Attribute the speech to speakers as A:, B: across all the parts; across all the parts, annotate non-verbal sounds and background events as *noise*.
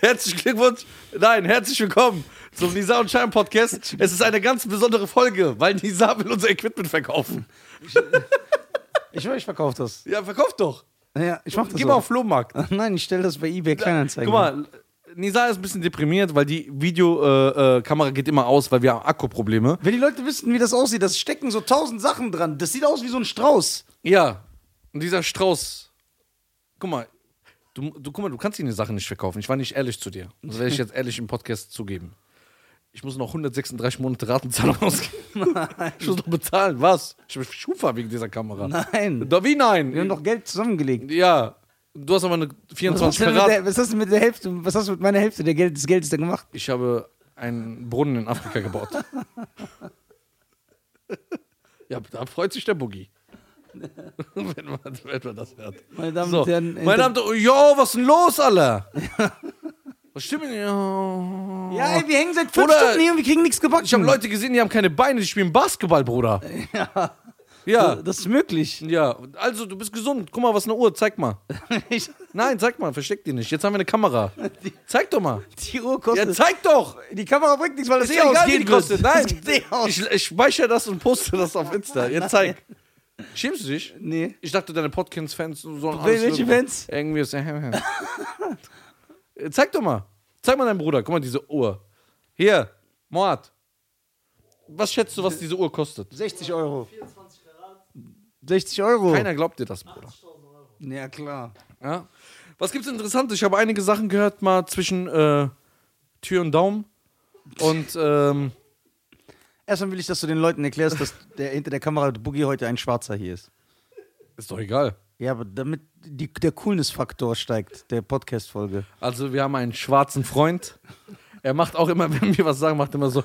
A: Herzlichen Glückwunsch. Nein, herzlich willkommen zum Nisa und Schein Podcast. Es ist eine ganz besondere Folge, weil Nisa will unser Equipment verkaufen.
B: Ich will, ich verkaufe das.
A: Ja, verkauf doch.
B: Ja, ich mach das.
A: Geh mal
B: auch.
A: auf Flohmarkt.
B: Nein, ich stelle das bei eBay Kleinanzeigen.
A: Guck mal, Nisa ist ein bisschen deprimiert, weil die Videokamera äh, Kamera geht immer aus, weil wir haben Akkuprobleme.
B: Wenn die Leute wüssten, wie das aussieht, das stecken so tausend Sachen dran. Das sieht aus wie so ein Strauß.
A: Ja, und dieser Strauß. Guck mal, du, du, guck mal, du kannst dir die Sachen nicht verkaufen. Ich war nicht ehrlich zu dir. Das werde ich jetzt ehrlich im Podcast zugeben. Ich muss noch 136 Monate
B: *laughs*
A: Ratenzahlung ausgeben. Ich muss noch bezahlen. Was? Ich bin Schufa wegen dieser Kamera.
B: Nein.
A: Da, wie nein?
B: Wir haben doch Geld zusammengelegt.
A: ja. Du hast aber eine
B: Was hast,
A: 24
B: du denn mit
A: Karat.
B: der, was hast du mit der Hälfte, was hast du mit meiner Hälfte der Geld, des Geldes da gemacht?
A: Ich habe einen Brunnen in Afrika
B: *laughs*
A: gebaut. ja, da freut sich der
B: *laughs*
A: Boogie. wenn, man, wenn man das hört.
B: Meine Damen
A: So.
B: und Herren,
A: Meine Damen und Herren, jo, was ist denn los, Alter? was stimmt denn? Ja.
B: ja, ey, hm. wir hängen seit fünf
A: Bruder,
B: Stunden hier und wir kriegen nichts gebacken.
A: Ich habe Leute gesehen, die haben keine Beine, die spielen Basketball, Bruder. Ja.
B: *laughs* Das ist
A: *laughs*
B: möglich.
A: Ja, also du bist gesund. Guck mal, was ist eine Uhr? Zeig mal.
B: Ich-
A: Nein, zeig mal, versteck die nicht. Jetzt haben wir eine Kamera. Zeig doch mal.
B: die Uhr
A: Ja,
B: kostet.
A: zeig doch!
B: die Kamera bringt nichts, weil das
A: Ist
B: eh
A: ja egal, wie
B: ausgeht.
A: die kostet. Nein,
B: Das geht eh aus.
A: ich, ich speichere das und poste das auf Insta. Jetzt zeig. Schämst du dich?
B: Nee.
A: Ich dachte, deine Podkins-Fans sollen
B: Wel-
A: alles
B: welche
A: mögen.
B: Fans?
A: Irgendwie ist *laughs* Äh, Zeig doch mal. Zeig mal deinem Bruder. Guck mal, diese Uhr. Hier, Moat. Was schätzt du, was diese Uhr kostet?
B: 60 Euro. 60 Euro.
A: Keiner glaubt dir das, Bruder.
B: Ja, klar.
A: Ja? Was gibt's Interessantes? Ich habe einige Sachen gehört, mal zwischen äh, Tür und Daumen. Und ähm,
B: Erstmal will ich, dass du den Leuten erklärst, dass der hinter der Kamera der Boogie heute ein Schwarzer hier ist.
A: ist doch egal.
B: Ja, aber damit die, der Coolness-Faktor steigt, der Podcast-Folge.
A: Also wir haben einen schwarzen Freund. Er macht auch immer, *laughs* wenn wir was sagen, macht immer so.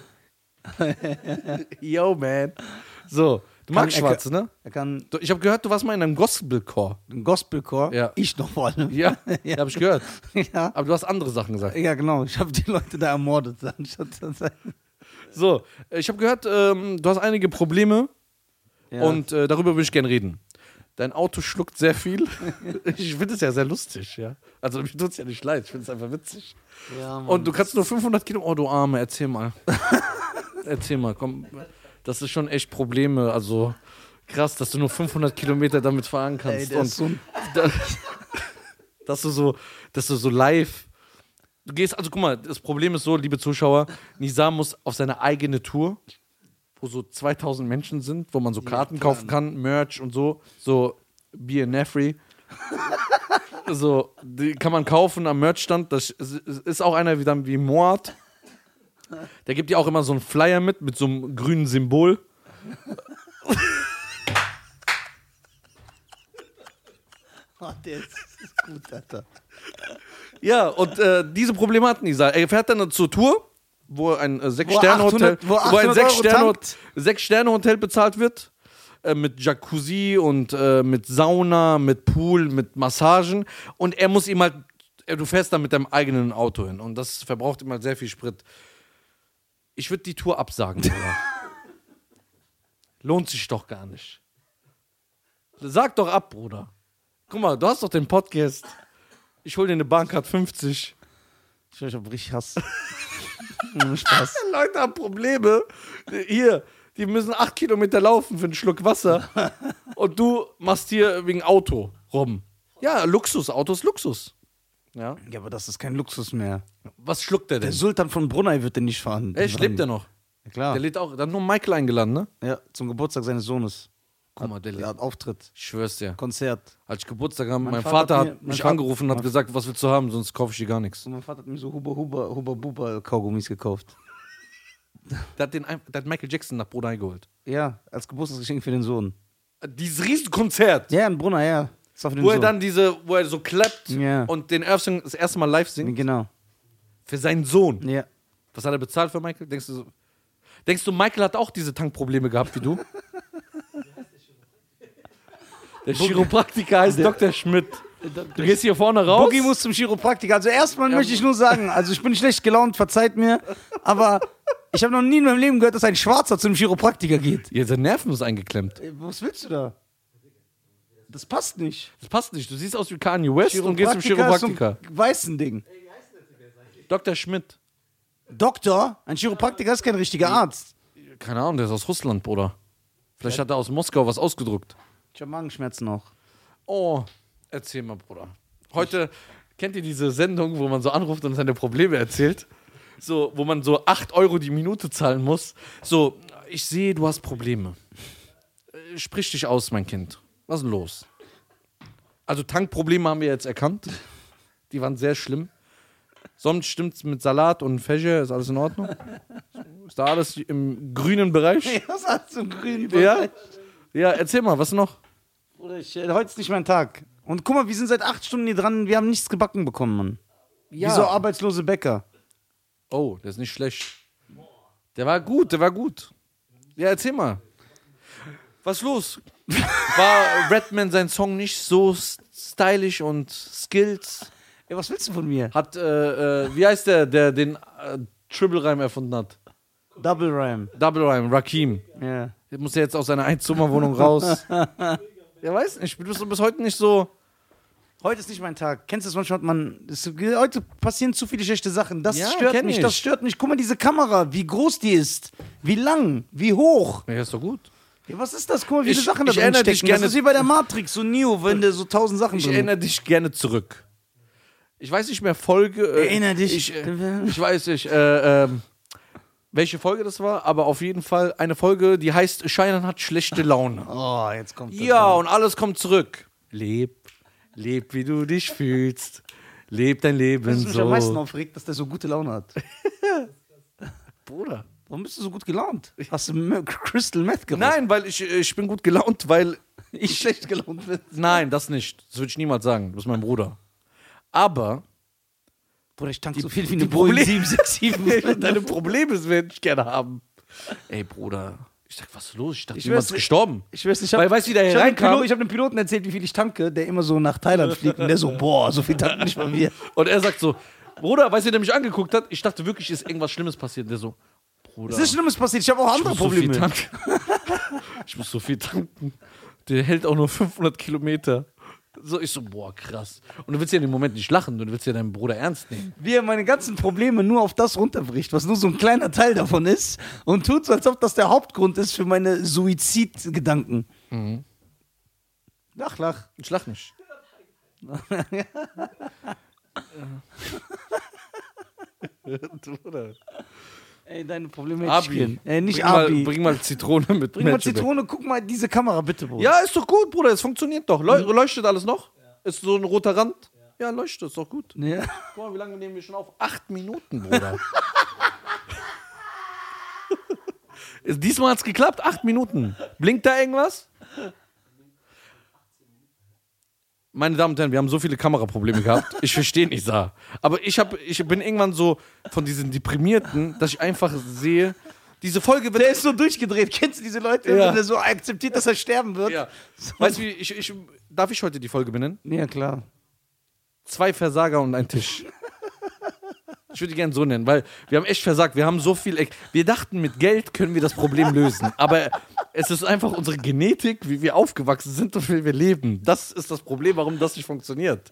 A: Yo, man. So, du magst
B: Kann- er
A: Schwarze, ne?
B: Er kann
A: Du- Ich habe gehört, du warst mal in einem Gospelchor.
B: einen Gospelchor,
A: Ja.
B: ich noch vor allem.
A: Ja, *laughs* ja.
B: Ja.
A: habe ich gehört.
B: *laughs* Ja,
A: Aber du hast andere Sachen gesagt.
B: ja genau. Ich habe die Leute da ermordet. *laughs* Anstatt
A: So, ich habe gehört, ähm, du hast einige Probleme
B: ja.
A: und äh, darüber würde ich gerne reden. Dein Auto schluckt sehr viel. *laughs* Ich finde es ja sehr lustig, ja. Also mir tut es ja nicht leid, ich finde es einfach witzig.
B: Ja, Mann.
A: Und du kannst nur 500 Kilo. Oh, du Arme, erzähl mal. *laughs* erzähl mal, komm. Das ist schon echt Probleme. Also krass, dass du nur 500 Kilometer damit fahren
B: Ey,
A: kannst.
B: der ist so *laughs* ein
A: da, *laughs* dass du so, dass du so live. Du gehst, also guck mal, das Problem ist so, liebe Zuschauer, Nizar muss auf seine eigene Tour, wo so 2000 Menschen sind, wo man so Karten kaufen kann, Merch und so, so Bier *laughs* Nefri. so, die kann man kaufen am Merchstand. Das ist ist auch einer wie dann wie Mord. Der gibt dir auch immer so einen Flyer mit, mit so einem grünen Symbol.
B: oh, der ist, ist gut, Alter.
A: Ja, und äh, diese Probleme hatten die. Er fährt dann zur Tour, wo ein äh, Sechs-Sterne-Hotel
B: 800 wo 800 Euro tankt.
A: Sechs-Sterne-Hotel bezahlt wird. äh, Mit Jacuzzi und äh, mit Sauna, mit Pool, mit Massagen. Und er muss ihm halt, äh, du fährst dann mit deinem eigenen Auto hin. Und das verbraucht ihm halt sehr viel Sprit. Ich würde die Tour absagen.
B: *laughs*
A: Bruder. Lohnt sich doch gar nicht. Sag doch ab, Bruder. Guck mal, du hast doch den Podcast. Ich hol dir eine Bahncard 50.
B: Ich weiß, ob richtig Hass. *laughs* Nur Spaß.
A: *laughs* Leute haben Probleme. Hier, die müssen acht Kilometer laufen für einen Schluck Wasser. *laughs* Und du machst hier wegen Auto rum. Ja, Luxus, Auto ist Luxus. Ja.
B: Ja, aber das ist kein Luxus mehr.
A: Was schluckt der
B: Der
A: denn?
B: Sultan von Brunei wird den nicht fahren.
A: Ey, lebt der noch?
B: Ja, klar.
A: Der lädt auch. Da hat nur Michael eingeladen, ne?
B: ja, zum Geburtstag seines Sohnes.
A: Guck mal, der
B: Der
A: lebt.
B: hat Auftritt,
A: Ich schwör's dir.
B: Konzert.
A: Als ich Geburtstag habe, mein, Vater,
B: Vater hat mir-
A: hat
B: mein
A: mich
B: Vater-
A: angerufen und hat
B: mein-
A: gesagt, was willst du haben, sonst kaufe ich dir gar nichts.
B: Und Also mein Vater hat mir so Huba Huba Huba Buba Kaugummis gekauft.
A: Der hat, den, ein- der hat Michael Jackson nach Brunei geholt.
B: Ja, als Geburtstagsgeschenk für den Sohn.
A: Dieses Riesenkonzert.
B: Ja, in Brunner, ja. Ist auf den
A: Wo er
B: Sohn.
A: dann diese, wo er so klappt
B: Ja.
A: und den Earthsong das erste Mal live singt.
B: Genau.
A: Für seinen Sohn.
B: Ja.
A: Was hat er bezahlt für Michael? Denkst du, so, denkst du Michael hat auch diese Tankprobleme gehabt wie du? Der Chiropraktiker heißt Dr. Schmidt. Du gehst hier vorne raus.
B: Boogie muss zum Chiropraktiker. Also erstmal möchte ich nur sagen, also ich bin schlecht gelaunt, verzeiht mir, aber ich habe noch nie in meinem Leben gehört, dass ein Schwarzer zum Chiropraktiker geht.
A: ja, sein Nerven ist eingeklemmt.
B: Was willst du da? Das passt nicht.
A: Das passt nicht. Du siehst aus wie Kanye West und gehst zum Chiropraktiker.
B: Ist so ein weißen Ding.
A: Dr. Schmidt.
B: Doktor? Ein Chiropraktiker ist kein richtiger Arzt.
A: Keine Ahnung, der ist aus Russland, Bruder. Vielleicht hat er aus Moskau was ausgedruckt.
B: Ich habe Magenschmerzen noch.
A: Oh, erzähl mal, Bruder. Heute kennt ihr diese Sendung, wo man so anruft und seine Probleme erzählt? So, wo man so 8 Euro die Minute zahlen muss. So, ich sehe, du hast Probleme. Äh, Sprich dich aus, mein Kind. Was ist denn los? Also, Tankprobleme haben wir jetzt erkannt. Die waren sehr schlimm. Sonst stimmt's mit Salat und Fächer, ist alles in Ordnung? Ist da alles im grünen Bereich?
B: *laughs* *laughs* Was hast du grün?
A: Ja? Ja, erzähl mal, was noch?
B: Bruder, ich, äh, heute ist nicht mein Tag. Und guck mal, wir sind seit acht Stunden hier dran. Wir haben nichts gebacken bekommen, Mann. Ja. Wieso arbeitslose Bäcker?
A: Oh, der ist nicht schlecht. Der war gut, der war gut. Ja, erzähl mal. Was los? *laughs* War Redman sein Song nicht so s- stylisch und skills?
B: Ey, was willst du von mir?
A: Hat, äh, äh, wie heißt der, der den äh, Triple-Reim erfunden hat?
B: Double Ram.
A: Double-Reim, Rakim.
B: Ja.
A: Der muss ja jetzt aus seiner Einzimmerwohnung *laughs* raus. Ja, weiß nicht, du bist du bis heute nicht so.
B: Heute ist nicht mein Tag. Kennst du das manchmal? hat Man, es, heute passieren zu viele schlechte Sachen. Das
A: Ja,
B: stört
A: kenn
B: mich,
A: ich.
B: das stört mich. Guck mal, diese Kamera, wie groß die ist, wie lang, wie hoch.
A: Ja, ist doch gut.
B: Ja, was ist das? Guck mal, wie
A: Ich-
B: viele Sachen da
A: ich
B: drin
A: erinnere
B: stecken.
A: dich gerne-
B: Das ist wie bei der Matrix, so Neo, wenn der so tausend Sachen
A: Ich
B: drin
A: erinnere dich gerne zurück. Ich weiß nicht mehr Folge. Äh,
B: Erinnere dich.
A: Ich, äh, ich weiß nicht, äh, ähm, welche Folge das war, aber auf jeden Fall eine Folge, die heißt Scheinern hat schlechte Laune.
B: Oh, jetzt kommt das.
A: Ja, und alles kommt zurück. Leb, leb, wie du dich fühlst. Leb dein Leben
B: Das ist mich am meisten
A: so.
B: aufregt, dass der so gute Laune hat.
A: Bruder.
B: Warum bist du so gut gelaunt? Hast du M- Crystal Meth geraucht?
A: Nein, weil ich, äh, ich bin gut gelaunt, *laughs* weil.
B: ich schlecht gelaunt bin.
A: Nein, das nicht. Das würde ich niemals sagen. Du bist mein Bruder. Aber
B: Bruder, ich tank so viel wie
A: die
B: eine Boeing
A: Probleme- *laughs*
B: 767.
A: deine Probleme werde ich gerne haben. Ey, Bruder. Ich sag, was ist los? Ich dachte,
B: Ich
A: jemand
B: weiß
A: ist
B: nicht.
A: gestorben.
B: Ich weiß nicht, ich
A: Weil, weißt du, wie der
B: ich
A: hier
B: hab dem
A: reinkam?
B: Pilo- Ich habe dem Piloten erzählt, wie viel ich tanke, der immer so nach Thailand fliegt und der so, boah, so viel tanken nicht bei mir.
A: Und er sagt so, Bruder, weißt du, der mich angeguckt hat? Ich dachte wirklich, ist irgendwas Schlimmes passiert. Der so, Bruder.
B: Es ist Schlimmes passiert, ich habe auch andere
A: Ich muss so viel
B: Probleme.
A: tanken. *laughs* ich muss so viel tanken. Der hält auch nur 500 Kilometer. So, ich so, boah, krass. Und du willst ja in dem Moment nicht lachen, du willst ja deinen Bruder ernst nehmen.
B: wie er meine ganzen Probleme nur auf das runterbricht, was nur so ein kleiner Teil davon ist und tut so, als ob das der Hauptgrund ist für meine Suizidgedanken.
A: Mhm.
B: Lach, lach.
A: Ich lach nicht. *laughs* Bruder.
B: Ey, deine Probleme
A: Abi.
B: spielen. Ey, nicht
A: bring
B: Abi.
A: Mal, bring mal Zitrone mit.
B: Bring mal
A: Matchable.
B: Zitrone, guck mal diese Kamera bitte, Bruder.
A: Ja, ist doch gut, Bruder, es funktioniert doch. Leu Leuchtet alles noch? Ist so ein roter Rand? Ja, leuchtet, ist doch gut.
B: Ja.
A: Guck mal, wie lange nehmen wir schon auf? Acht Minuten, *laughs* Bruder. Diesmal hat's geklappt, acht Minuten. Blinkt da irgendwas? Meine Damen und Herren, wir haben so viele Kameraprobleme gehabt. Ich verstehe nicht, Sa. Aber ich, hab, ich bin irgendwann so von diesen Deprimierten, dass ich einfach sehe, diese Folge wird
B: Der ist so durchgedreht. Kennst du diese Leute,
A: Ja.
B: wenn der so akzeptiert, dass er sterben wird?
A: Ja. Weißt du, wie ich, ich, darf ich heute die Folge benennen?
B: Ja, klar. *laughs*
A: Zwei Versager und ein Tisch. Ich würde die gerne so nennen, weil wir haben echt versagt. Wir haben so viel. Eck- Wir dachten, mit Geld können wir das Problem lösen. Aber es ist einfach unsere Genetik, wie wir aufgewachsen sind und wie wir leben. Das ist das Problem, warum das nicht funktioniert.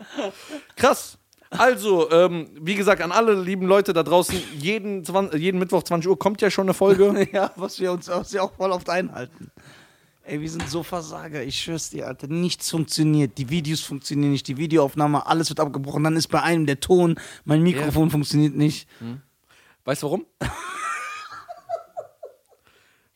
A: Krass. Also, ähm, wie gesagt, an alle lieben Leute da draußen, jeden, 20, jeden Mittwoch 20 Uhr kommt ja schon eine Folge.
B: Ja, was wir uns was wir auch voll oft einhalten. Ey, wir sind so Versager, ich schwör's dir, Alter. Nichts funktioniert. Die Videos funktionieren nicht, die Videoaufnahme, alles wird abgebrochen. Dann ist bei einem der Ton, mein Mikrofon funktioniert nicht.
A: Weißt du warum?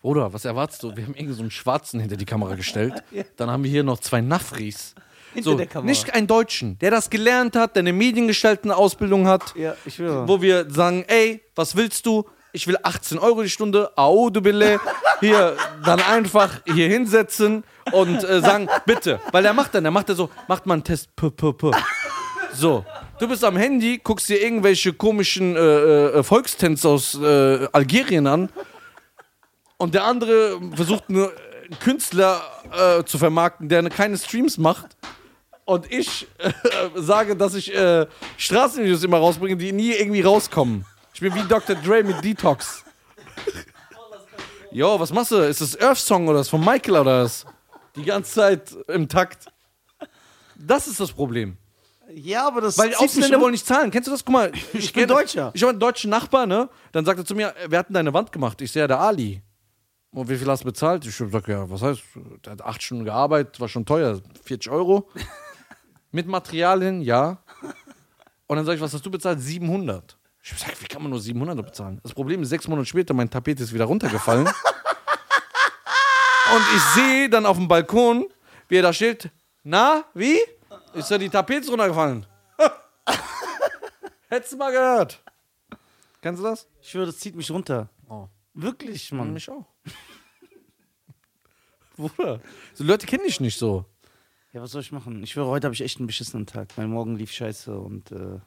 A: Bruder, was erwartest du? Wir haben irgendwie so einen Schwarzen hinter die Kamera gestellt. Dann haben wir hier noch zwei Nafris.
B: Hinter
A: So,
B: der Kamera.
A: nicht einen Deutschen, der das gelernt hat, der eine mediengestaltende Ausbildung hat,
B: Ja, ich schwöre.
A: wo wir sagen, ey, was willst du? Ich will 18 Euro die Stunde, Audubele, hier dann einfach hier hinsetzen und äh, sagen, bitte. Weil er macht dann, er macht er so, macht mal einen Test, p -p -p. So, du bist am Handy, guckst dir irgendwelche komischen äh, äh, Volkstänze aus äh, Algerien an und der andere versucht äh, einen Künstler äh, zu vermarkten, der keine Streams macht. Und ich äh, sage, dass ich äh, Straßenvideos immer rausbringe, die nie irgendwie rauskommen. Ich bin wie Dr. Dre mit Detox. Jo, was machst du? Ist das Earth Song oder ist von Michael oder was? Die ganze Zeit im Takt. Das ist das Problem.
B: Ja, aber das
A: Weil die
B: zieht mich
A: Ausländer
B: um.
A: wollen nicht zahlen. Kennst du das? Guck mal, ich,
B: bin
A: kenne-
B: Deutscher.
A: Ich habe einen deutschen Nachbar, ne? Dann sagt er zu mir, wir hatten deine Wand gemacht. Ich sehe ja, der Ali. Und wie viel hast du bezahlt? Ich sage, ja, was heißt, der hat acht Stunden gearbeitet, war schon teuer, 40 *laughs* Euro. Mit Materialien, ja. Und dann sage ich, was hast du bezahlt? 700. Ich sage, wie kann man nur 700 bezahlen? Das Problem ist, sechs Monate später, mein Tapet ist wieder *laughs* runtergefallen. Und ich sehe dann auf dem Balkon, wie er da steht. Na, wie? Ist da die Tapete runtergefallen? Hättest du mal gehört. Kennst du das?
B: Ich schwöre, das zieht mich runter. Mhm.
A: Oh.
B: Wirklich, Mann.
A: Mich auch. *laughs* Bruder. So Leute kenne ich nicht so.
B: Ja, was soll ich machen? Ich schwöre, heute habe ich echt einen beschissenen Tag. Mein Morgen lief scheiße und. Äh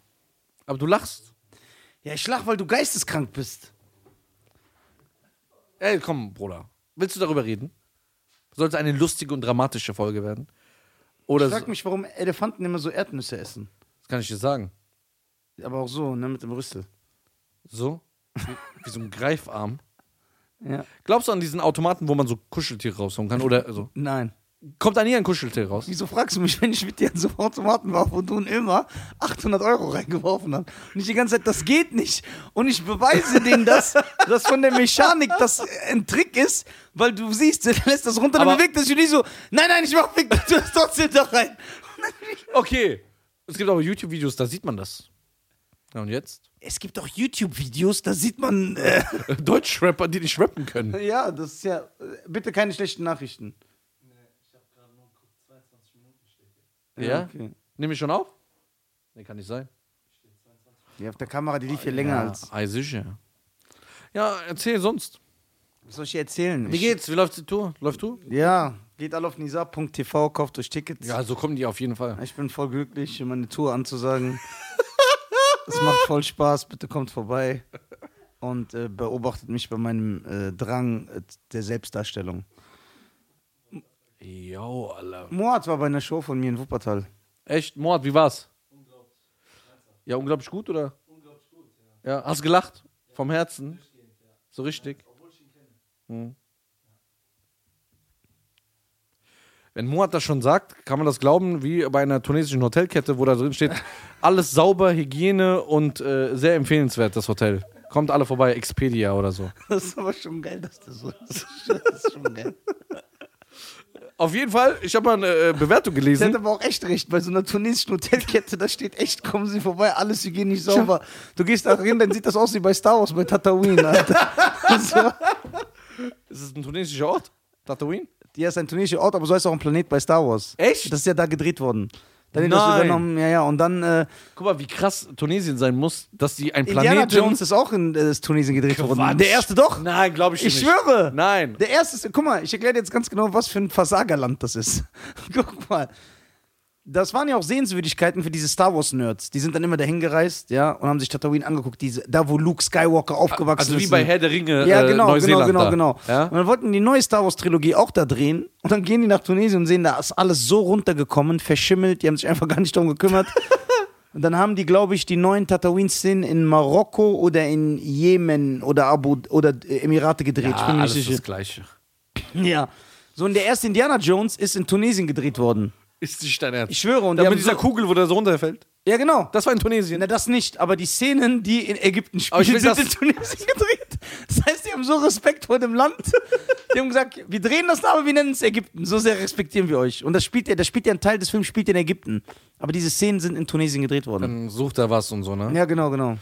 A: Aber du lachst.
B: ja, ich lach, weil du geisteskrank bist.
A: Ey, komm, Bruder. Willst du darüber reden? Sollte eine lustige und dramatische Folge werden? Oder
B: Ich
A: so,
B: frag mich, warum Elefanten immer so Erdnüsse essen.
A: das kann ich dir sagen.
B: Aber auch so, ne, mit dem Rüssel.
A: So? Wie, wie so ein Greifarm.
B: Ja.
A: Glaubst du an diesen Automaten, wo man so Kuscheltiere rausholen kann? Oder so?
B: Nein.
A: Kommt da nie ein Kuscheltier raus?
B: Wieso fragst du mich, wenn ich mit dir an so einem Automaten war, wo du immer 800 Euro reingeworfen hast? Und ich die ganze Zeit, das geht nicht. Und ich beweise denen das, dass von der Mechanik das ein Trick ist, weil du siehst, der lässt das runter, dann
A: Aber-
B: bewegt das sich nicht so. Nein, nein, ich mach *laughs* weg, du hast trotzdem da rein.
A: Okay. Es gibt aber YouTube-Videos, da sieht man das. Ja, und jetzt? *laughs*
B: Es gibt auch YouTube-Videos, da sieht man. Äh,
A: Deutschrapper, die nicht rappen können.
B: ja, das ist ja. Bitte keine schlechten Nachrichten.
A: Ja?
B: okay.
A: Nehme ich schon auf? Nee, kann nicht sein.
B: Ja, auf der Kamera, die lief hier länger als.
A: Ah, sicher. Ja, erzähl sonst.
B: Was soll ich dir erzählen?
A: Wie
B: Ich-
A: geht's? Wie läuft die Tour? Läuft du?
B: Ja, geht alle auf nisa.tv, kauft euch Tickets.
A: Ja, so kommen die auf jeden Fall.
B: Ich bin voll glücklich, meine Tour anzusagen. *laughs* Es macht voll Spaß, bitte kommt vorbei und äh, beobachtet mich bei meinem äh, Drang äh, der Selbstdarstellung.
A: Jo, Alter.
B: Moat war bei einer Show von mir in Wuppertal. *laughs*
A: Echt, Mord, wie war's? Ja, unglaublich gut, oder? Unglaublich gut, ja. hast du gelacht? Vom Herzen? So richtig? Hm. Wenn Muad das schon sagt, kann man das glauben, wie bei einer tunesischen Hotelkette, wo da drin *laughs* steht, alles sauber, Hygiene und äh, sehr empfehlenswert, das Hotel. Kommt alle vorbei, Expedia oder so.
B: Das ist aber schon geil, dass das so ist. Das ist schon geil.
A: Auf jeden Fall, ich habe mal eine äh, Bewertung
B: Sie
A: *laughs*
B: hat
A: gelesen.
B: aber auch echt recht, bei so einer tunesischen Hotelkette, da steht echt, kommen Sie vorbei, alles hygienisch sauber. Du gehst da rein, dann sieht das aus wie bei Star Wars, bei Tatooine, Alter. So.
A: Ist es ein tunesischer Ort? Tatooine?
B: Ja, ist ein tunesischer Ort, aber so heißt auch ein Planet bei Star Wars.
A: Echt?
B: Das ist ja da gedreht worden. Dann hat das
A: Nein.
B: übernommen, ja, ja. Und dann äh,
A: Guck mal, wie krass Tunesien sein muss, dass die ein
B: Indiana
A: Planeten...
B: Jones ist auch in äh, das Tunesien gedreht worden.
A: Quatsch.
B: Der erste doch.
A: Nein, glaube ich,
B: Ich
A: nicht.
B: schwöre.
A: Nein.
B: Der erste ist, guck mal, ich erkläre dir jetzt ganz genau, was für ein Versagerland das ist. *laughs* guck mal. Das waren ja auch Sehenswürdigkeiten für diese Star Wars Nerds. Die sind dann immer dahin gereist, ja, und haben sich Tatooine angeguckt, diese, da wo Luke Skywalker aufgewachsen ist.
A: Also wie bei Herr der Ringe
B: Ja,
A: äh,
B: genau, genau,
A: Neuseeland
B: genau,
A: da.
B: genau. Und
A: Ja?
B: dann wollten die neue Star Wars Trilogie auch da drehen. Und dann gehen die nach Tunesien und sehen, da ist alles so runtergekommen, verschimmelt, die haben sich einfach *laughs* gar nicht
A: *laughs*
B: darum gekümmert. und dann haben die, glaube ich, die neuen Tatooine-Szenen in Marokko oder in Jemen oder Abu oder äh, Emirate gedreht. ich bin
A: Ah,
B: mir
A: alles
B: nicht sicher.
A: das Gleiche.
B: *laughs* Ja. So, und der erste Indiana Jones ist in Tunesien gedreht worden.
A: Ist nicht dein Ernst.
B: Ich schwöre. Und die
A: da
B: haben
A: mit dieser
B: so,
A: Kugel, wo der so runterfällt.
B: Ja, genau.
A: Das war in Tunesien.
B: Na, das nicht, aber die Szenen, die in Ägypten
A: Aber
B: spielen,
A: ich will
B: sind
A: das-
B: in Tunesien gedreht. Das heißt, die haben so Respekt vor dem Land.
A: *laughs*
B: Die haben gesagt, wir drehen das da, aber wir nennen es Ägypten. So sehr respektieren wir euch. Und das spielt ja, das spielt ja ein Teil des Films spielt in Ägypten. Aber diese Szenen sind in Tunesien gedreht worden.
A: Dann sucht er Hm, was und so, ne?
B: Ja, genau, genau.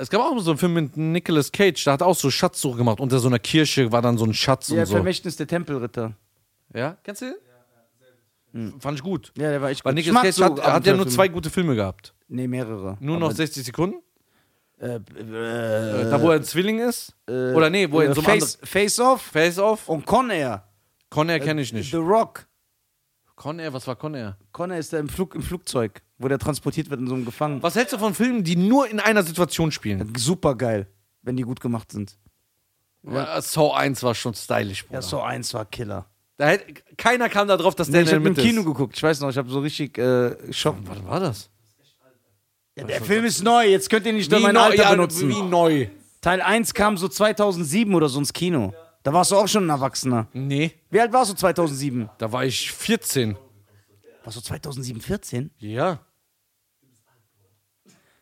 A: Es gab auch so einen Film mit Nicolas Cage, der hat auch so Schatzsuche gemacht. Unter so einer Kirche war dann so ein Schatz
B: Ja,
A: und so.
B: Vermächtnis der Tempelritter.
A: Ja? Kennst du den? Hm. Fand ich gut.
B: Ja, der war echt
A: Weil
B: gut. Ich
A: Nicolas
B: mag
A: Cage
B: so
A: hat, hat ja nur
B: Abenteuerfilme.
A: zwei gute Filme gehabt.
B: Nee, mehrere.
A: Nur
B: Aber,
A: noch 60 Sekunden.
B: Äh,
A: Äh,
B: äh,
A: da, wo er ein Zwilling ist. Oder nee, wo er in so einem
B: Face,
A: anderen...
B: Face Off
A: Face Off.
B: und Con Air.
A: Con Air kenne ich nicht.
B: The Rock. Äh,
A: Con Air, was war Con Air?
B: Con Air ist da im, Flug, im Flugzeug, wo der transportiert wird in so einem Gefangen.
A: Was hältst du von Filmen, die nur in einer Situation spielen?
B: Super geil, wenn die gut gemacht sind.
A: Ja. Saw 1 war schon stylisch, Bruder.
B: Ja, so eins war Killer.
A: Da hätte, keiner kam da drauf, dass der
B: Nee,
A: in
B: ich
A: der
B: habe im
A: Mitte
B: Kino
A: ist.
B: geguckt, ich weiß noch, ich habe so richtig äh, Schock.
A: Wann war das?
B: Ja, der Film ist neu, jetzt könnt ihr nicht nur mein Alter
A: ja,
B: benutzen.
A: Wie neu?
B: Teil 1 kam so 2007 oder so ins Kino. Da warst du auch schon ein Erwachsener.
A: Nee,
B: Wie alt warst du 2007?
A: da war ich 14.
B: Warst du 2007 14?
A: Ja.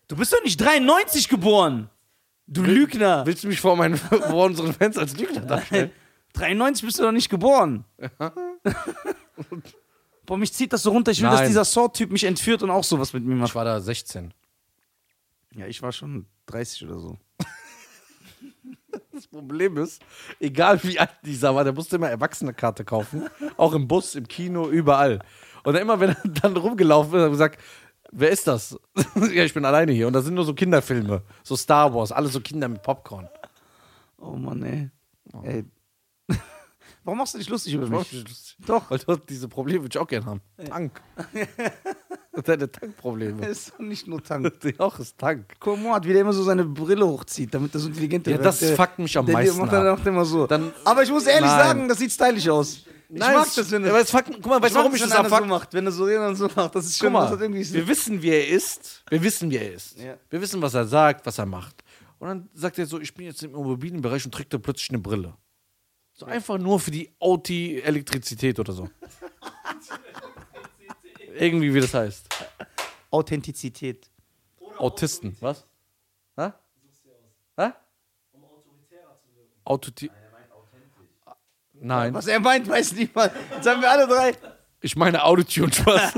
B: Du bist doch nicht 93 geboren. Du Lügner.
A: Willst du mich vor, meinen, *laughs* vor unseren Fans als Lügner
B: *laughs*
A: darstellen?
B: 93 bist du doch nicht
A: *laughs*
B: geboren. Boah, mich zieht das so runter. Ich will, dass
A: Nein.
B: dieser Saw-Typ mich entführt und auch sowas mit mir
A: Ich
B: macht.
A: war da 16.
B: Ja, ich war schon 30 oder so.
A: Das Problem ist, egal wie alt dieser war, der musste immer Erwachsenekarte kaufen. auch im Bus, im Kino, überall. Und dann immer, wenn er dann rumgelaufen ist, hat er gesagt, wer ist das? *laughs* ja, ich bin alleine hier. Und da sind nur so Kinderfilme. So Star Wars, alle so Kinder mit Popcorn.
B: Oh Mann, ey. ey. *laughs* Warum machst du dich lustig
A: *laughs*
B: über mich?
A: Doch. Weil du diese Probleme würde ich auch gerne haben. Tank. Deine Tankprobleme.
B: ist doch nicht
A: *laughs*
B: nur Tank.
A: Die auch ist Tank.
B: Como hat wieder immer so seine Brille hochzieht, damit das intelligente
A: Ja,
B: wird.
A: das
B: Der-
A: fuckt mich am
B: der,
A: meisten
B: Der macht dann
A: ab.
B: auch immer so.
A: Dann-
B: Aber ich muss ehrlich
A: Nein.
B: sagen, das sieht stylisch aus. Ich mag das, wenn
A: Aber es fuckt, guck mal, weißt du,
B: mag
A: warum ich das
B: wenn einer
A: abfuck?
B: so macht, wenn er so den und so macht. Das ist schön,
A: Guck mal,
B: das hat irgendwie so
A: wir wissen, wie er ist. Wir wissen, wie er ist.
B: Ja.
A: Wir wissen, was er sagt, was er macht. Und dann sagt er so, ich bin jetzt im Immobilienbereich und trägt da plötzlich eine Brille. So einfach nur für die Auti-Elektrizität oder so. Irgendwie, wie das heißt.
B: Authentizität.
A: Autisten, was? Hä? Hä? Um autoritärer zu wirken. Nein,
B: Was er meint, weiß niemand. Jetzt haben wir alle drei.
A: ich meine Autotune, Spaß.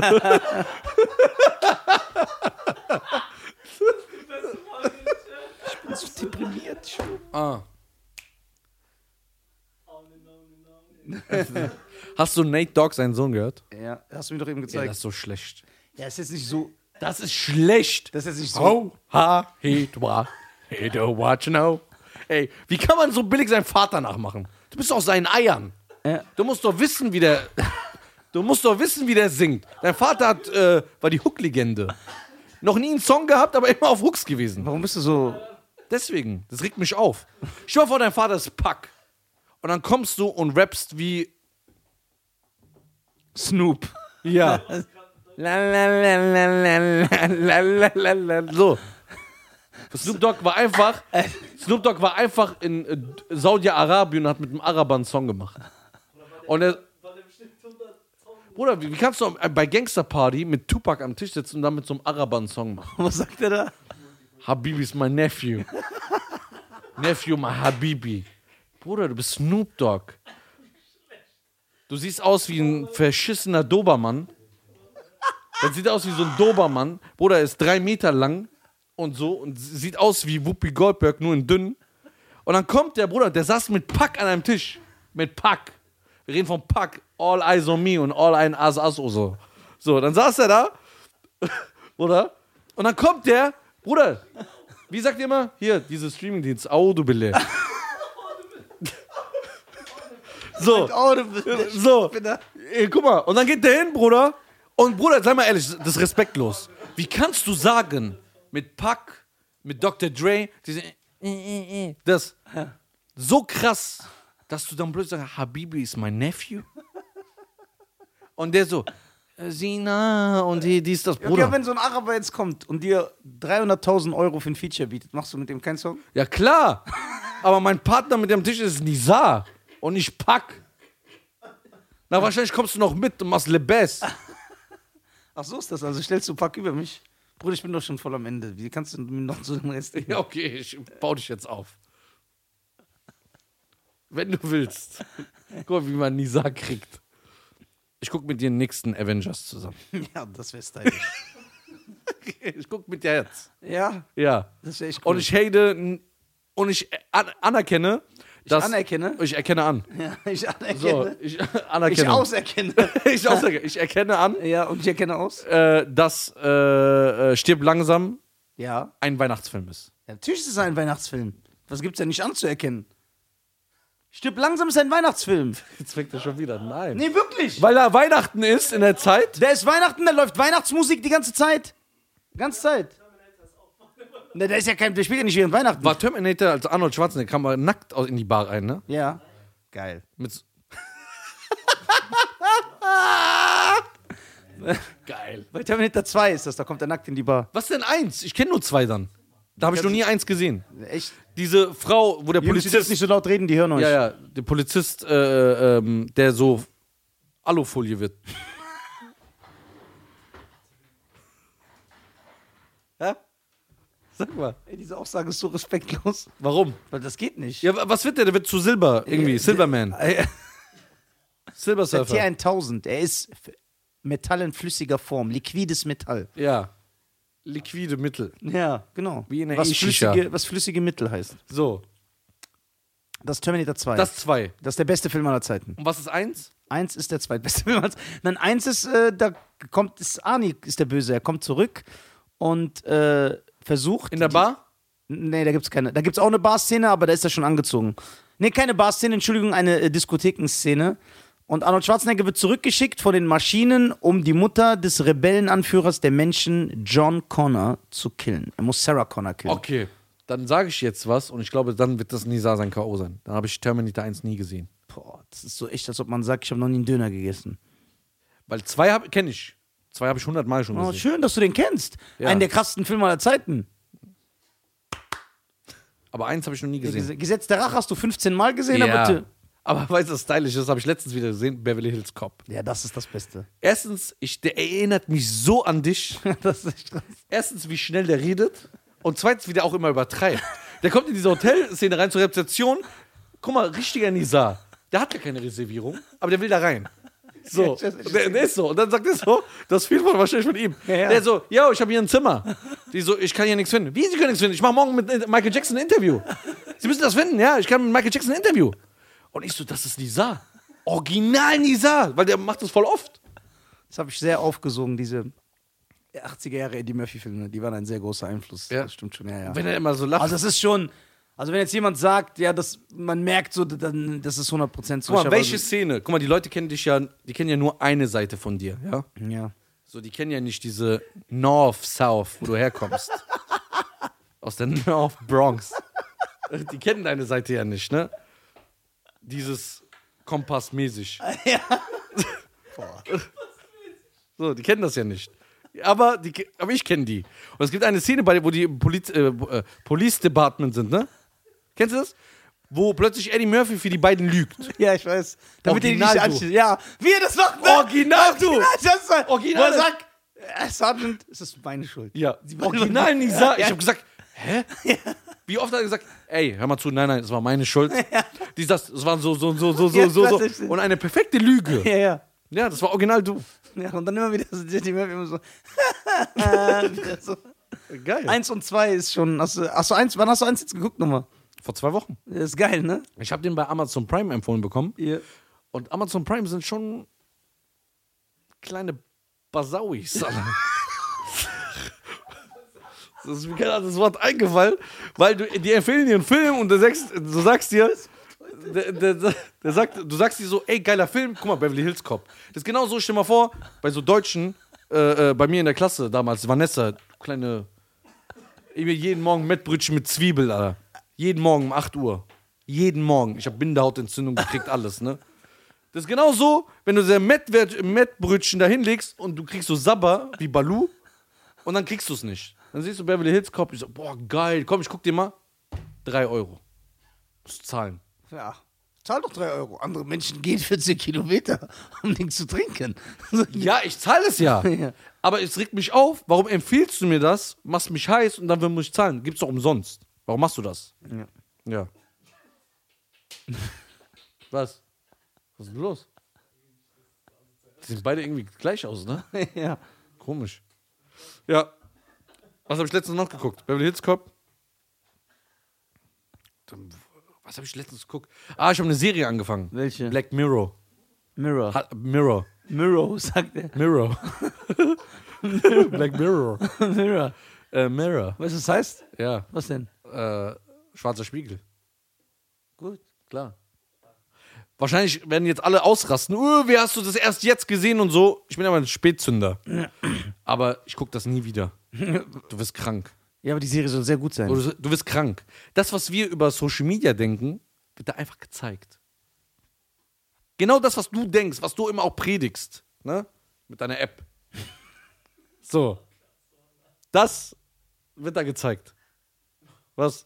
B: So deprimiert.
A: *laughs* Ah. Hast du Nate Dogg seinen Sohn gehört?
B: Ja, hast du mir doch eben
A: Ja,
B: gezeigt.
A: das ist so schlecht.
B: ja ist jetzt nicht so.
A: Das ist schlecht.
B: Das ist jetzt nicht so.
A: Oh, ha, he, dwa, he, do, watch now. Ey, wie kann man so billig seinen Vater nachmachen? Du bist doch aus seinen Eiern.
B: Ja.
A: Du musst doch wissen, wie der. *laughs* Du musst doch wissen, wie der singt. Dein Vater hat, äh, war die Hook-Legende. Noch nie einen Song gehabt, aber immer auf Hooks gewesen.
B: Warum bist du so.
A: Deswegen, das regt mich auf. Stell dir vor, dein Vater ist Pack. Und dann kommst du und rappst wie.
B: Snoop. *laughs*
A: Ja. so. Snoop Dogg war einfach. Snoop Dogg war einfach in äh, Saudi-Arabien und hat mit einem Araber einen Song gemacht. Und er. Bruder, wie wie kannst du am- äh, bei Gangster Party mit Tupac am Tisch sitzen und dann mit so einem Araber einen Song machen?
B: Was sagt er da?
A: Habibi ist mein Nephew. Nephew, mein Habibi. Bruder, du bist Snoop Dogg. Du siehst aus wie ein verschissener Dobermann. Das sieht aus wie so ein Dobermann. Bruder, er ist drei Meter lang und so und sieht aus wie Whoopi Goldberg, nur in dünn. Und dann kommt der Bruder, der saß mit Pack an einem Tisch. Mit Pack. Wir reden von Pack. All eyes on me und all ein as as or so. So, dann saß er da, *laughs* Bruder. Und dann kommt der, Bruder, wie sagt ihr immer? Hier, diese Streamingdienst, Audubile. *laughs* so,
B: Oh, du *laughs* bist.
A: so.
B: Bitte.
A: Ey, guck mal, und dann geht der hin, Bruder. Und Bruder, sei mal ehrlich, das ist respektlos. Wie kannst du sagen, mit Pac, mit Dr. Dre, diese, äh, das, so krass, dass du dann plötzlich sagst, Habibi ist mein Nephew? Und der so, äh, Sina, und die, die ist das
B: Okay,
A: Bruder.
B: aber wenn so ein Araber jetzt kommt und dir 300.000 Euro für ein Feature bietet, machst du mit dem keinen Song?
A: Ja, klar. Aber mein Partner mit dem Tisch ist Nizar und nicht Pac. Na, wahrscheinlich kommst du noch mit und machst Le Best.
B: Ach so ist das, also stellst du Pack über mich. Bruder, ich bin doch schon voll am Ende. Wie kannst du mir noch so den Rest?
A: *laughs* Ja, okay, ich baue dich jetzt auf. Wenn du willst. Guck mal, wie man Nisa kriegt. Ich guck mit dir den nächsten Avengers zusammen.
B: Ja, das wäre stylisch.
A: *laughs* Ich guck mit dir jetzt.
B: ja,
A: Ja.
B: das wäre echt cool.
A: Und ich hate n- und ich an anerkenne, dass.
B: anerkenne?
A: Ich erkenne an.
B: ja, ich
A: So,
B: anerkenne.
A: ich *laughs*
B: ich
A: anerkenne.
B: auserkenne.
A: *laughs* ich, auserkenne. ich erkenne an,
B: ja, und ich erkenne aus?
A: äh, dass äh, äh, Stirb langsam
B: Ja.
A: ein Weihnachtsfilm ist.
B: Ja, Natürlich ist es ein Weihnachtsfilm. Was gibt's denn nicht anzuerkennen? Stirb langsam ist ein Weihnachtsfilm.
A: Jetzt fängt er schon wieder. Nein.
B: Nee, wirklich.
A: Weil da Weihnachten ist in der Zeit.
B: Da ist Weihnachten, da läuft Weihnachtsmusik die ganze Zeit. Die ganze Zeit. Na, da ist ja kein, der spielt ja nicht während Weihnachten.
A: War Terminator, als Arnold Schwarzenegger kam, mal nackt aus- in die Bar rein, ne?
B: Ja. Geil.
A: Mit so- Geil.
B: Bei Terminator 2 ist das, da kommt er nackt in die Bar.
A: Was denn eins? Ich kenne nur zwei dann. Da habe ich noch nie eins gesehen.
B: Echt?
A: Diese Frau, wo der
B: Polizist
A: Polizist,
B: nicht so laut reden, die hören euch.
A: ja ja, der Polizist, äh, ähm, der so Alufolie wird.
B: *laughs* Hä?
A: Sag mal.
B: Ey, diese Aussage ist so respektlos.
A: Warum?
B: Weil das geht nicht.
A: Ja, wa- was wird der? Der wird zu Silber irgendwie. Silverman.
B: Äh,
A: Silver
B: *laughs* Der
A: Surfer.
B: T1000, er ist f- Metall in flüssiger Form, liquides Metall.
A: Ja. Liquide Mittel.
B: Ja, genau.
A: Wie in der
B: was,
A: E-Shisha.
B: flüssige, was flüssige Mittel heißt.
A: So.
B: Das ist Terminator 2.
A: Das zwei.
B: das ist der beste Film aller Zeiten.
A: Und was ist eins?
B: Eins ist der zweitbeste *laughs* Film. aller Zeiten. Nein, eins ist, äh, da kommt, ist Arnie ist der Böse. Er kommt zurück und äh, versucht.
A: In der Bar?
B: Nee, da gibt's keine. Da gibt's auch eine Barszene, aber da ist er schon angezogen. Nee, keine Barszene, Entschuldigung, eine äh, Diskothekenszene. Und Arnold Schwarzenegger wird zurückgeschickt von den Maschinen, um die Mutter des Rebellenanführers der Menschen, John Connor, zu killen. Er muss Sarah Connor killen.
A: Okay. Dann sage ich jetzt was und ich glaube, dann wird das Nisa sein K.O. sein. Dann habe ich Terminator 1 nie gesehen.
B: Boah, das ist so echt, als ob man sagt, ich habe noch nie einen Döner gegessen.
A: Weil zwei kenne ich. Zwei habe ich hundertmal schon
B: Oh,
A: gesehen.
B: schön, dass du den kennst.
A: Ja.
B: Einen der krassesten Filme aller Zeiten.
A: Aber eins habe ich noch nie gesehen.
B: Ges- Gesetz der Rache hast du 15 Mal gesehen, aber.
A: Ja.
B: t-
A: Aber weißt du, was stylisch ist? Habe ich letztens wieder gesehen. Beverly Hills Cop.
B: Ja, das ist das Beste. *laughs*
A: Erstens, ich, der erinnert mich so an dich.
B: das ist echt krass.
A: Erstens, wie schnell der redet. Und zweitens, wie der auch immer übertreibt. Der kommt in diese Hotelszene rein zur Rezeption. Guck mal, richtiger Nizar. Der hat gar keine Reservierung, aber der will da rein. So,
B: Ja, das ist-
A: der, der ist so. Und dann sagt er so, das fehlt wohl wahrscheinlich von ihm.
B: Ja, ja.
A: Der so, ja, ich habe hier ein Zimmer. Die so, ich kann hier nichts finden. Wie, Sie können nichts finden? Ich mache morgen mit äh, Michael Jackson ein Interview. Sie müssen das finden, ja, ich kann mit Michael Jackson ein Interview. Und ich so, das ist Nizar. Original Nizar, weil der macht das voll oft.
B: Das habe ich sehr aufgesogen, diese 80er Jahre Eddie Murphy-Filme, die waren ein sehr großer Einfluss.
A: Ja.
B: Das stimmt schon, ja, ja.
A: Wenn er immer so lacht.
B: also das ist schon. Also wenn jetzt jemand sagt, ja, das, man merkt so, dann, das ist 100% so.
A: Guck
B: Ich
A: mal,
B: hab
A: welche Szene? Guck mal, die Leute kennen dich ja, die kennen ja nur eine Seite von dir, ja?
B: Also, ja.
A: So, die kennen ja nicht diese North, South, wo du herkommst. Aus der North Bronx. Die kennen deine Seite ja nicht, ne? Dieses Kompassmäßig. So, die kennen das ja nicht. Aber, die, ke- aber ich kenne die. Und es gibt eine Szene, bei, wo die im Poliz, äh, äh, Police Department sind, ne? Kennst du das? Wo plötzlich Eddie Murphy für die beiden lügt.
B: ja, ich weiß. Damit ihr die nicht
A: Original, du.
B: anschließt. Ja, wir das machen.
A: Original, du.
B: *laughs* Das
A: Original.
B: war, Original. Wo er sagt, äh, Sergeant, es ist meine Schuld.
A: Ja,
B: Sie-
A: original Nisa. Ich
B: Ja.
A: habe gesagt, hä? Wie oft hat er gesagt, ey, hör mal zu, nein, nein, das war meine Schuld. Die sagt, das waren so, so, so, so, so,
B: Ja,
A: so,
B: das ist-
A: so. Und eine perfekte Lüge.
B: Ja, ja.
A: Ja, das war original du.
B: ja. Und dann immer wieder so Eddie Murphy immer so. wieder *laughs* so.
A: Geil.
B: Eins und zwei ist schon. Hast du, hast du eins, wann hast du eins jetzt geguckt nochmal?
A: Vor zwei Wochen.
B: Das ist geil, ne?
A: Ich habe den bei Amazon Prime empfohlen bekommen.
B: Ja.
A: Und Amazon Prime sind schon kleine Basauis. Alter. das ist mir kein anderes Wort eingefallen, weil du, die empfehlen dir einen Film und du sagst, du sagst dir, der, der, der sagt, du sagst dir so, ey, geiler Film, guck mal, Beverly Hills Cop. Das ist genau so, stell mal vor, bei so Deutschen, äh, äh, bei mir in der Klasse damals, Vanessa, kleine, ich will jeden Morgen Mettbrötchen mit Zwiebel, Alter. Jeden Morgen um 8 Uhr. Jeden Morgen. Ich habe Bindehautentzündung gekriegt, alles, ne? Das ist genau so, wenn du so ein Mettwert- Mettbrötchen da hinlegst und du kriegst so Sabber wie Balu und dann kriegst du es nicht. Dann siehst du Beverly Hills Cop, ich so, boah, geil, komm, ich guck dir mal. 3 Euro. Musst zahlen.
B: Ja. Zahl doch 3 Euro. Andere Menschen gehen 14 Kilometer, um nichts zu trinken. *laughs*
A: Ja, ich zahle es ja.
B: Ja.
A: Aber es regt mich auf, warum empfiehlst du mir das, machst mich heiß und dann will- muss ich zahlen. Gibt's doch umsonst. Warum machst du das?
B: Ja.
A: Ja. Was? Was ist denn los? Die sehen beide irgendwie gleich aus, ne?
B: ja.
A: Komisch. Ja. Was habe ich letztens noch geguckt? Beverly Hills Cop. Dann- Was habe ich letztens geguckt? Ah, ich habe eine Serie angefangen.
B: Welche?
A: Black Mirror.
B: Mirror.
A: Ha Mirror.
B: Mirror, *laughs* sagt er.
A: Mirror. Black Mirror.
B: Mirror.
A: Äh, Mirror.
B: Weißt du, was das heißt?
A: Ja.
B: Was denn?
A: Äh, schwarzer Spiegel.
B: Gut.
A: Klar. Wahrscheinlich werden jetzt alle ausrasten. Uh, wie hast du das erst jetzt gesehen und so? Ich bin aber ein Spätzünder. Aber ich gucke das nie wieder. Du wirst krank.
B: Ja, aber die Serie soll sehr gut sein.
A: Du, du wirst krank. Das, was wir über Social Media denken, wird da einfach gezeigt. Genau das, was du denkst, was du immer auch predigst, ne? Mit deiner App. *laughs* So. Das wird da gezeigt. Was?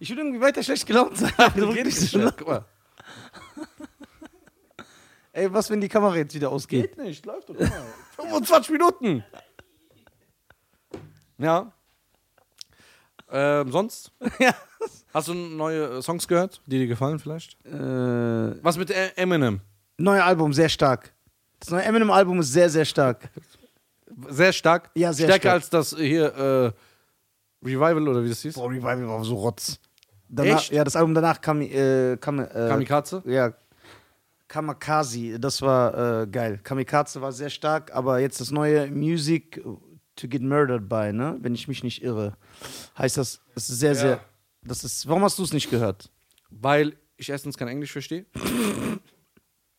B: Ich würde irgendwie weiter schlecht gelaunt *laughs* sein.
A: Geht nicht so schnell. Guck mal.
B: Ey, was, wenn die Kamera jetzt wieder ausgeht?
A: Geht nicht, läuft doch mal. 25 Minuten. Ja. Ähm, sonst?
B: *laughs* ja.
A: Hast du neue äh, Songs gehört, die dir gefallen vielleicht?
B: Äh,
A: Was mit Ä- Eminem?
B: neue Album, sehr stark. Das neue Eminem-Album ist sehr, sehr stark.
A: Sehr stark.
B: Ja, sehr
A: Stärker
B: stark.
A: als das äh, hier äh, Revival oder wie das hieß?
B: Boah, Revival war so rotz. Danach,
A: Echt?
B: Ja, das Album danach kam, äh, kam, äh,
A: Kamikaze?
B: Ja. Kamikaze, das war äh, geil. Kamikaze war sehr stark, aber jetzt das neue Music to Get Murdered by, ne? Wenn ich mich nicht irre. Heißt das, das ist sehr, sehr. Das ist, warum hast du es nicht gehört?
A: Weil ich erstens kein Englisch verstehe.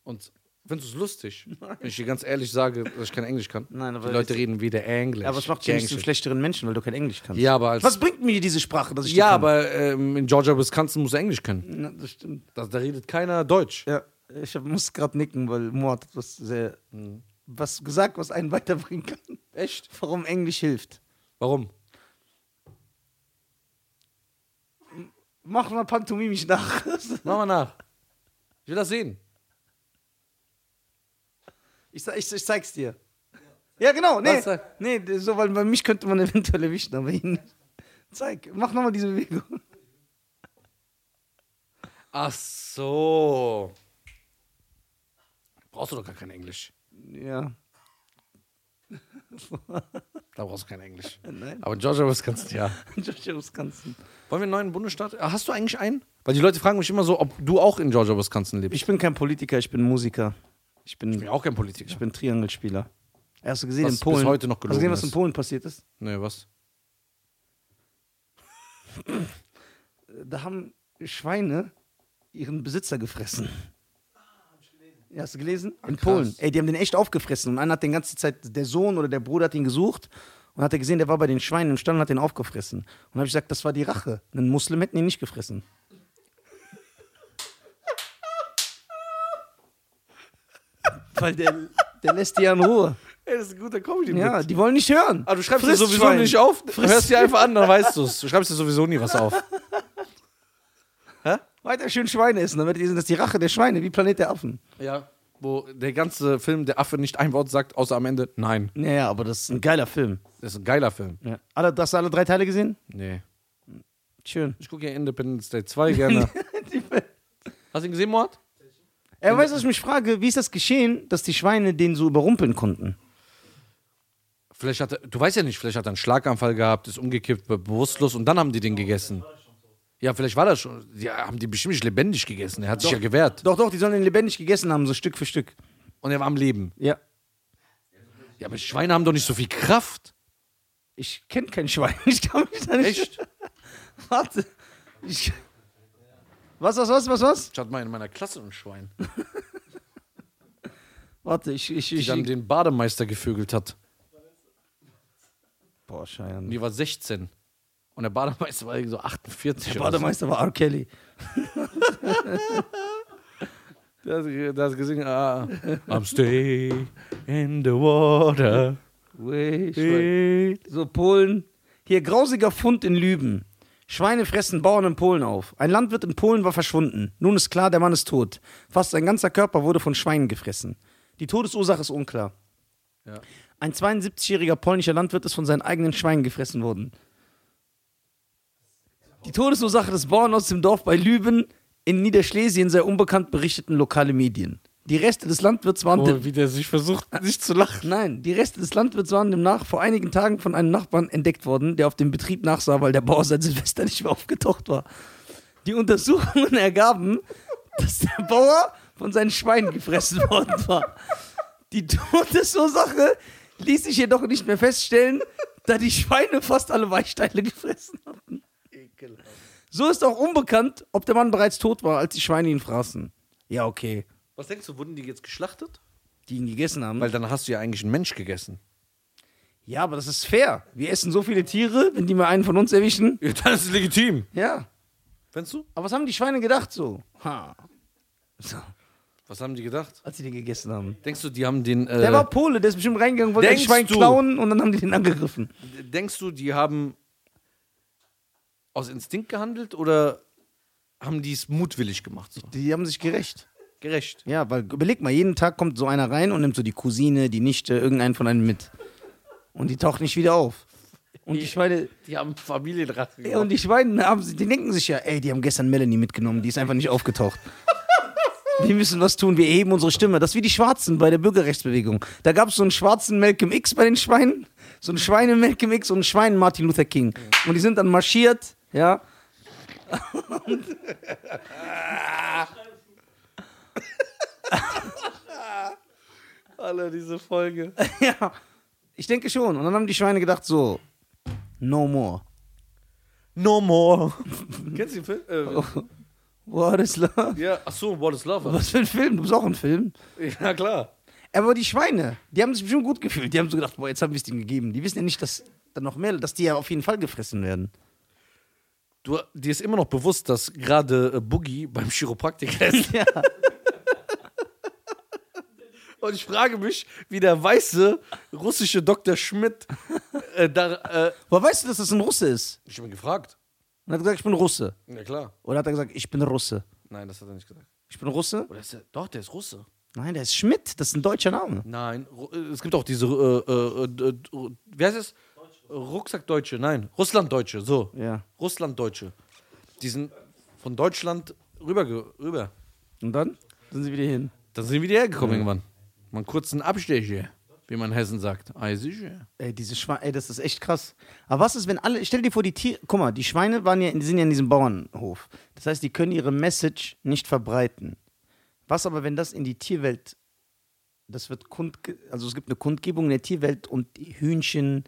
A: Und findest du es lustig, wenn ich dir ganz ehrlich sage, dass ich kein Englisch kann?
B: Nein, aber
A: Die Leute
B: es-
A: reden wieder Englisch.
B: Aber es macht dich nicht zum
A: Englisch.
B: schlechteren Menschen, weil du kein Englisch kannst.
A: Ja, aber als.
B: Was bringt mir diese Sprache, dass ich die
A: ja,
B: kann?
A: aber ähm, in Georgia, Wisconsin musst du Englisch können.
B: Na, das stimmt.
A: Da, da redet keiner Deutsch.
B: Ja, ich hab, muss gerade nicken, weil Mo hat was sehr.
A: Mhm.
B: Was gesagt, was einen weiterbringen kann. *laughs*
A: Echt?
B: Warum Englisch hilft.
A: Warum?
B: Mach mal pantomimisch nach. *laughs*
A: Mach mal nach. Ich will das sehen.
B: Ich, ze- ich, ich zeig's dir. Ja, genau. Nee,
A: Was sag-
B: nee d- so, weil bei mich könnte man *laughs* eventuell erwischen, aber ihn. Zeig, mach nochmal diese Bewegung. *laughs*
A: Ach so. Brauchst du doch gar kein Englisch.
B: Ja.
A: Da brauchst du kein Englisch.
B: Nein. *laughs*
A: Aber in Georgia, Wisconsin, ja.
B: Joshua Wisconsin.
A: Wollen wir einen neuen Bundesstaat? Ah, Hast du eigentlich einen? Weil die Leute fragen mich immer so, ob du auch in Georgia, Wisconsin lebst.
B: Ich bin kein Politiker, ich bin Musiker. Ich bin,
A: Ich bin ja auch kein Politiker.
B: ich bin Triangelspieler. Hast du gesehen,
A: Was
B: in Polen.
A: bis heute noch
B: hast du gesehen,
A: gelogen
B: was in
A: ist.
B: Polen passiert ist?
A: Nee, was?
B: Da haben Schweine ihren Besitzer gefressen. Ja, hast du gelesen? In
A: krass.
B: Polen. Ey, die haben den echt aufgefressen. Und einer hat den ganze Zeit, der Sohn oder der Bruder hat ihn gesucht und hat er gesehen, der war bei den Schweinen im Stall und hat den aufgefressen. Und habe ich gesagt, das war die Rache. Einen Muslim hätten ihn nicht gefressen. *laughs* Weil der, der lässt die ja in Ruhe.
A: Ey, das ist ein guter comedy
B: Ja, die wollen nicht hören.
A: Aber Ah, du schreibst dir
B: Frisst
A: sowieso
B: Schwein.
A: nicht auf. Du
B: Frisst-
A: hörst dir einfach an, dann weißt du es. Du schreibst dir sowieso nie was auf. Hä?
B: Weiter schön Schweine essen, damit die sind das die Rache der Schweine, wie Planet der Affen.
A: *laughs* Ja. Wo der ganze Film, der Affe nicht ein Wort sagt, außer am Ende, nein.
B: Naja, aber das ist ein geiler Film.
A: Das ist ein geiler Film.
B: Ja. Alle, hast du alle drei Teile gesehen?
A: Nee.
B: Schön.
A: Ich gucke ja Independence Day 2 *laughs* gerne. Hast du ihn gesehen, Mord?
B: Er weiß, was ich mich frage, wie ist das geschehen, dass die Schweine den so überrumpeln konnten?
A: Vielleicht hat er, du weißt ja nicht, vielleicht hat er einen Schlaganfall gehabt, ist umgekippt, be- bewusstlos und dann haben die den gegessen. Ja, vielleicht war das schon. Die haben die bestimmt nicht lebendig gegessen. Er hat sich ja gewehrt.
B: Doch, doch, die sollen ihn lebendig gegessen haben, so Stück für Stück.
A: Und er war am Leben.
B: Ja.
A: Ja, aber Schweine haben doch nicht so viel Kraft.
B: Ich kenne kein Schwein. *laughs* Ich kann mich da nicht.
A: Echt?
B: Warte. Ich was, was, was, was, was?
A: Ich hatte mal in meiner Klasse ein Schwein,
B: Warte, ich. ich,
A: die
B: ich,
A: dann den Bademeister gevögelt hat.
B: boah, Scheiße.
A: Die war 16. Und der Bademeister war irgendwie so 48.
B: Der
A: oder so.
B: Bademeister war R. *laughs* Kelly.
A: Der hat ge- der hat gesungen, *laughs* ah, I'm stay in the water.
B: Wait, So, Polen. Hier, grausiger Fund in Lüben. Schweine fressen Bauern in Polen auf. Ein Landwirt in Polen war verschwunden. Nun ist klar, der Mann ist tot. Fast sein ganzer Körper wurde von Schweinen gefressen. Die Todesursache ist unklar.
A: Ja.
B: Ein 72-jähriger polnischer Landwirt ist von seinen eigenen Schweinen gefressen worden. Die Todesursache des Bauern aus dem Dorf bei Lüben in Niederschlesien sei unbekannt, berichteten lokale Medien. Die Reste des Landwirts waren
A: Oh, wie der sich versucht, nicht zu lachen.
B: Nein, die Reste des Landwirts waren demnach vor einigen Tagen von einem Nachbarn entdeckt worden, der auf dem Betrieb nachsah, weil der Bauer seit Silvester nicht mehr aufgetaucht war. Die Untersuchungen *laughs* ergaben, dass der Bauer von seinen Schweinen gefressen worden war. Die Todesursache ließ sich jedoch nicht mehr feststellen, da die Schweine fast alle Weichteile gefressen hatten. So ist auch unbekannt, ob der Mann bereits tot war, als die Schweine ihn fraßen. Ja, okay.
A: Was denkst du, wurden die jetzt geschlachtet?
B: Die ihn gegessen haben.
A: Weil dann hast du ja eigentlich einen Mensch gegessen.
B: Ja, aber das ist fair. Wir essen so viele Tiere, wenn die mal einen von uns erwischen.
A: Ja, dann ist es legitim.
B: Ja.
A: Findest du?
B: Aber was haben die Schweine gedacht so? Ha. So,
A: Was haben die gedacht?
B: als sie den gegessen haben.
A: Denkst du, die haben den. Äh,
B: Der war Pole, der ist bestimmt reingegangen, wollte ein
A: Denkst
B: Schwein
A: du?
B: klauen und dann haben die den angegriffen.
A: denkst du, die haben aus Instinkt gehandelt oder haben die es mutwillig gemacht? So?
B: Die haben sich gerecht.
A: Gerecht.
B: Ja, weil überleg mal, jeden Tag kommt so einer rein und nimmt so die Cousine, die Nichte, irgendeinen von einem mit. Und die taucht nicht wieder auf. Und *laughs* die Schweine,
A: Die haben Familienrat
B: ja, und die Schweine haben, sie- die denken sich ja, ey, die haben gestern Melanie mitgenommen, die ist einfach nicht aufgetaucht. Wir müssen was tun, wir heben unsere Stimme. Das ist wie die Schwarzen bei der Bürgerrechtsbewegung. Da gab es so einen schwarzen Malcolm X bei den Schweinen, so einen Schweine Malcolm X und einen Schwein Martin Luther King. Und die sind dann marschiert, ja.
A: Alle diese Folge.
B: ja. Ich denke schon. Und dann haben die Schweine gedacht, so, no more.
A: No more. *laughs* Kennst du den Film? Äh,
B: What is love?
A: ja, achso, What is Love?
B: Was für ein Film? Du bist auch ein Film.
A: Ja, klar.
B: Aber die Schweine, die haben sich bestimmt gut gefühlt. Die haben so gedacht, boah, jetzt haben wir es denen gegeben. Die wissen ja nicht, dass da noch mehr, dass die ja auf jeden Fall gefressen werden.
A: Du, dir ist immer noch bewusst, dass gerade äh, Boogie beim Chiropraktiker ist. *laughs*
B: Ja.
A: Und ich frage mich, wie der weiße russische Dr. Schmidt äh, da. Äh,
B: Woher weißt du, dass das ein Russe ist?
A: ich habe ihn gefragt.
B: Und hat gesagt, ich bin Russe.
A: Ja, klar.
B: Oder hat er gesagt, ich bin Russe?
A: Nein, das hat er nicht gesagt.
B: Ich bin Russe?
A: Oder ist er, doch, der ist Russe.
B: Nein, der ist Schmidt. Das ist ein deutscher Name.
A: Nein, Ru- äh, es gibt auch diese. Äh, äh, äh, äh, wie heißt es? Rucksackdeutsche, nein. Russlanddeutsche, so.
B: Ja.
A: Russlanddeutsche. Die sind von Deutschland rüber. rüber.
B: Und dann sind sie wieder hin.
A: Dann sind wir wieder hergekommen irgendwann. Mal einen kurzen Abstecher, wie man in Hessen sagt. Ah, sicher.
B: Ey, diese Schweine, ey, das ist echt krass. Aber was ist, wenn alle, stell dir vor, die Tiere, guck mal, die Schweine waren ja, die sind ja in diesem Bauernhof. Das heißt, die können ihre Message nicht verbreiten. Was aber, wenn das in die Tierwelt, das wird kund, also es gibt eine Kundgebung in der Tierwelt und die Hühnchen,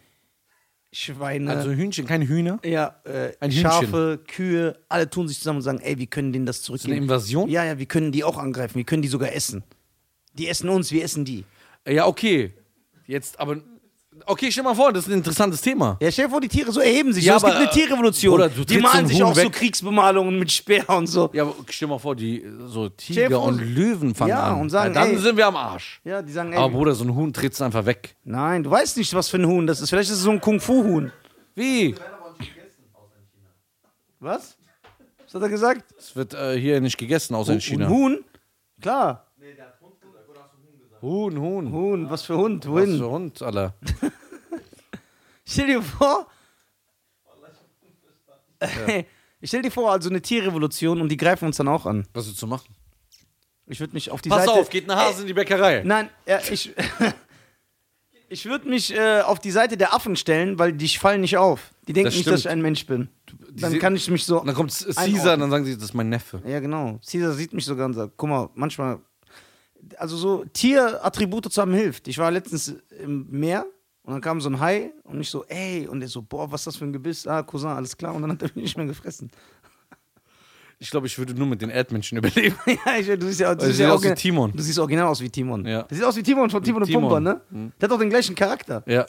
B: Schweine,
A: Also Hühnchen, keine Hühner.
B: ja, äh,
A: ein Hühnchen.
B: Schafe, Kühe, alle tun sich zusammen und sagen, ey, wir können denen das
A: Das ist eine
B: zurückgeben.
A: Invasion.
B: Ja, ja, wir können die auch angreifen, wir können die sogar essen. Die essen uns, wir essen die.
A: Ja, okay. Jetzt aber. Okay, stell mal vor, das ist ein interessantes Thema.
B: Ja, stell dir vor, die Tiere so erheben sich.
A: Ja,
B: so, es gibt
A: aber,
B: eine
A: äh,
B: Tierrevolution.
A: Bruder, du
B: die
A: trittst
B: malen
A: so ein
B: sich
A: Huhn
B: auch so
A: weg.
B: Kriegsbemalungen mit Speer und so.
A: Ja, aber stell mal vor, die äh, so
B: dir
A: Tiger
B: vor,
A: und Löwen fangen
B: Ja,
A: an.
B: und sagen,
A: ja, dann
B: ey.
A: sind wir am Arsch.
B: Ja, die sagen, ey,
A: Aber Bruder, so ein Huhn tritt's einfach weg.
B: nein, du weißt nicht, was für ein Huhn das ist. Vielleicht ist es so ein Kung-Fu-Huhn.
A: Wie?
B: Was? Was hat er gesagt?
A: Es wird äh, hier nicht gegessen, außer in China.
B: Ein Huhn? Klar.
A: Huhn, Huhn.
B: Huhn, was für Hund?
A: Was
B: Huhn.
A: für Hund, Alter.
B: Stell dir vor. *laughs* Ich stell dir vor, also eine Tierrevolution und die greifen uns dann auch an.
A: Was ist zu machen?
B: Ich würde mich auf die
A: Pass
B: Seite.
A: auf, geht eine Hase in die Bäckerei.
B: Nein, ja, ich. *laughs* ich würde mich äh, auf die Seite der Affen stellen, weil die fallen nicht auf. Die denken
A: Das
B: nicht, dass ich
A: stimmt.
B: ein Mensch bin. Dann
A: se-
B: kann ich mich so.
A: Und dann kommt Caesar und
B: einordnen.
A: dann sagen sie, das ist mein Neffe.
B: Ja, genau. Caesar sieht mich sogar und sagt: guck mal, manchmal. Also, so Tierattribute zu haben hilft. Ich war letztens im Meer und dann kam so ein Hai und ich so: ey, und der so: boah, was ist das für ein Gebiss? Ah, Cousin, alles klar. Und dann hat er mich nicht mehr gefressen. *laughs*
A: Ich glaube, ich würde nur mit den Erdmenschen *laughs* überleben.
B: ja, ich, du siehst ja, du
A: Also,
B: siehst
A: sieht
B: ja
A: aus wie
B: original-
A: Timon.
B: Du siehst original aus wie Timon.
A: Ja.
B: Der sieht aus wie Timon von Timon und
A: Timon. Mhm.
B: Pumper, ne? Der hat auch den gleichen Charakter.
A: Ja.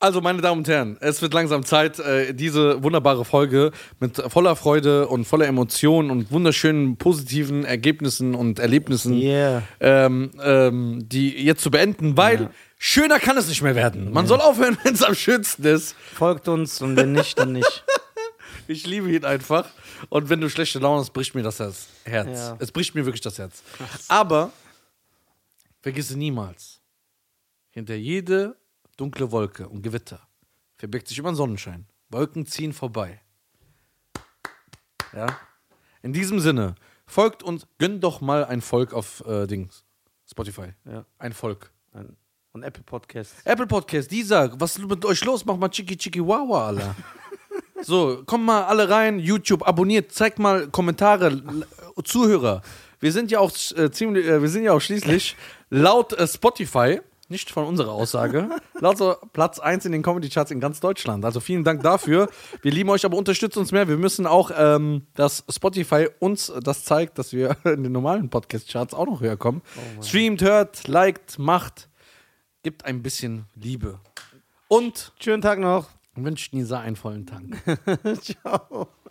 A: Also, meine Damen und Herren, es wird langsam Zeit, äh, diese wunderbare Folge mit voller Freude und voller Emotionen und wunderschönen positiven Ergebnissen und Erlebnissen,
B: Yeah.
A: ähm, ähm, die jetzt zu beenden, weil schöner kann es nicht mehr werden. Man soll aufhören, *laughs* wenn es am schönsten ist.
B: Folgt uns und wenn nicht, dann nicht.
A: Ich liebe ihn einfach. Und wenn du schlechte Laune hast, bricht mir das Herz. Herz.
B: Ja.
A: Es bricht mir wirklich das Herz. Aber vergisse niemals, hinter jede dunkle Wolke und Gewitter verbirgt sich immer ein Sonnenschein. Wolken ziehen vorbei. Ja? In diesem Sinne, folgt uns, gönnt doch mal ein Volk auf äh, Dings. Spotify.
B: Ja.
A: Ein Volk.
B: Und Apple Podcasts.
A: Apple Podcast, dieser, was ist mit euch los? Macht mal Chiki Chiki Wawa, Alter. so, kommt mal alle rein, YouTube, abonniert, zeigt mal Kommentare, l- Zuhörer. Wir sind ja auch äh, ziemlich, äh, wir sind ja auch schließlich laut äh, Spotify, nicht von unserer Aussage, laut so Platz 1 in den Comedy Charts in ganz Deutschland. Also vielen Dank dafür. Wir lieben euch, aber unterstützt uns mehr. Wir müssen auch, ähm, dass Spotify uns äh, das zeigt, dass wir *laughs* in den normalen Podcast Charts auch noch höher kommen. Streamt, hört, liked, macht gibt ein bisschen Liebe. Und
B: Schönen Tag noch.
A: wünscht Nisa einen vollen Tank.
B: *laughs* Ciao.